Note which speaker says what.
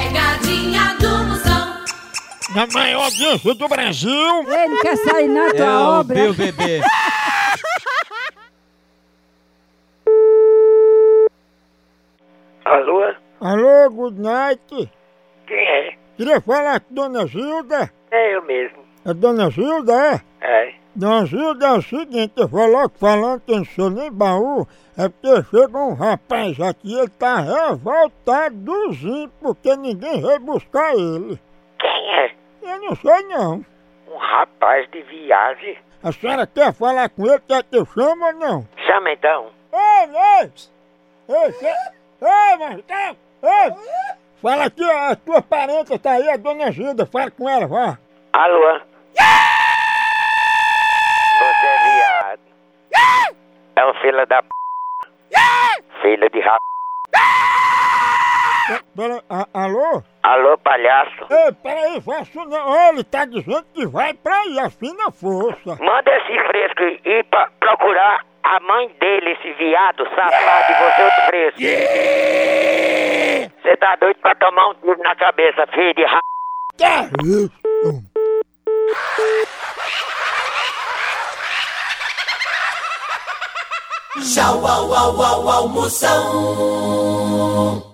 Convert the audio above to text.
Speaker 1: Pegadinha do Moção.
Speaker 2: Na maior audiência do Brasil,
Speaker 3: Ei, não quer sair na tua
Speaker 4: É o
Speaker 3: obra.
Speaker 4: meu bebê.
Speaker 5: Alô?
Speaker 2: alô, good night.
Speaker 5: Quem é?
Speaker 2: Queria falar com Dona Zilda.
Speaker 5: É eu mesmo.
Speaker 2: É Dona Zilda, é?
Speaker 5: É.
Speaker 2: Dona Zilda é o seguinte, eu vou logo falando que eu não sou nem baú, é porque chega um rapaz aqui, ele tá revoltadozinho, porque ninguém veio buscar ele.
Speaker 5: Quem é?
Speaker 2: Eu não sei não.
Speaker 5: Um rapaz de viagem.
Speaker 2: A senhora quer falar com ele, quer que eu chame ou não?
Speaker 5: Chama então.
Speaker 2: Ei, ei! pss, Ei, cê... Ei, mas... tá- Ei! Fala aqui, a tua parenta tá aí, a Dona Gilda, fala com ela, vá.
Speaker 5: Alô? Você é viado. É um fila da p. Filha de rap.
Speaker 2: Pe- Pera, a- alô?
Speaker 5: Alô, palhaço.
Speaker 2: Ei, peraí, faço não. Ó, Ele tá dizendo que vai pra aí, afina a força.
Speaker 5: Manda esse fresco ir pra procurar a mãe dele, esse viado safado, e você outro fresco. Você tá doido pra tomar um tiro na cabeça, filho de rap.
Speaker 2: Tá isso.
Speaker 1: Tchau, au, au, au, au, Moção.